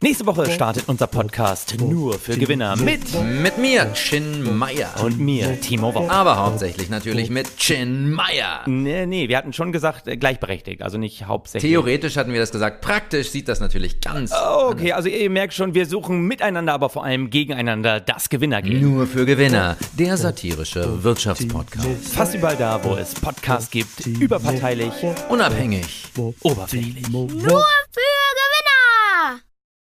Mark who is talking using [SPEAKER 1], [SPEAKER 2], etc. [SPEAKER 1] Nächste Woche startet unser Podcast nur für Gewinner mit
[SPEAKER 2] Mit mir, Chin Meier.
[SPEAKER 1] und mir, Timo Wopp.
[SPEAKER 2] Aber hauptsächlich natürlich mit Chin Meier.
[SPEAKER 1] Nee, nee, wir hatten schon gesagt, äh, gleichberechtigt, also nicht hauptsächlich.
[SPEAKER 2] Theoretisch hatten wir das gesagt, praktisch sieht das natürlich ganz
[SPEAKER 1] Okay, also ihr merkt schon, wir suchen miteinander, aber vor allem gegeneinander das Gewinnergehen.
[SPEAKER 2] nur für Gewinner. Der satirische Wirtschaftspodcast.
[SPEAKER 1] Fast überall da, wo es Podcasts gibt, überparteilich,
[SPEAKER 2] Unabhängig.
[SPEAKER 1] oberflächlich.
[SPEAKER 3] Nur für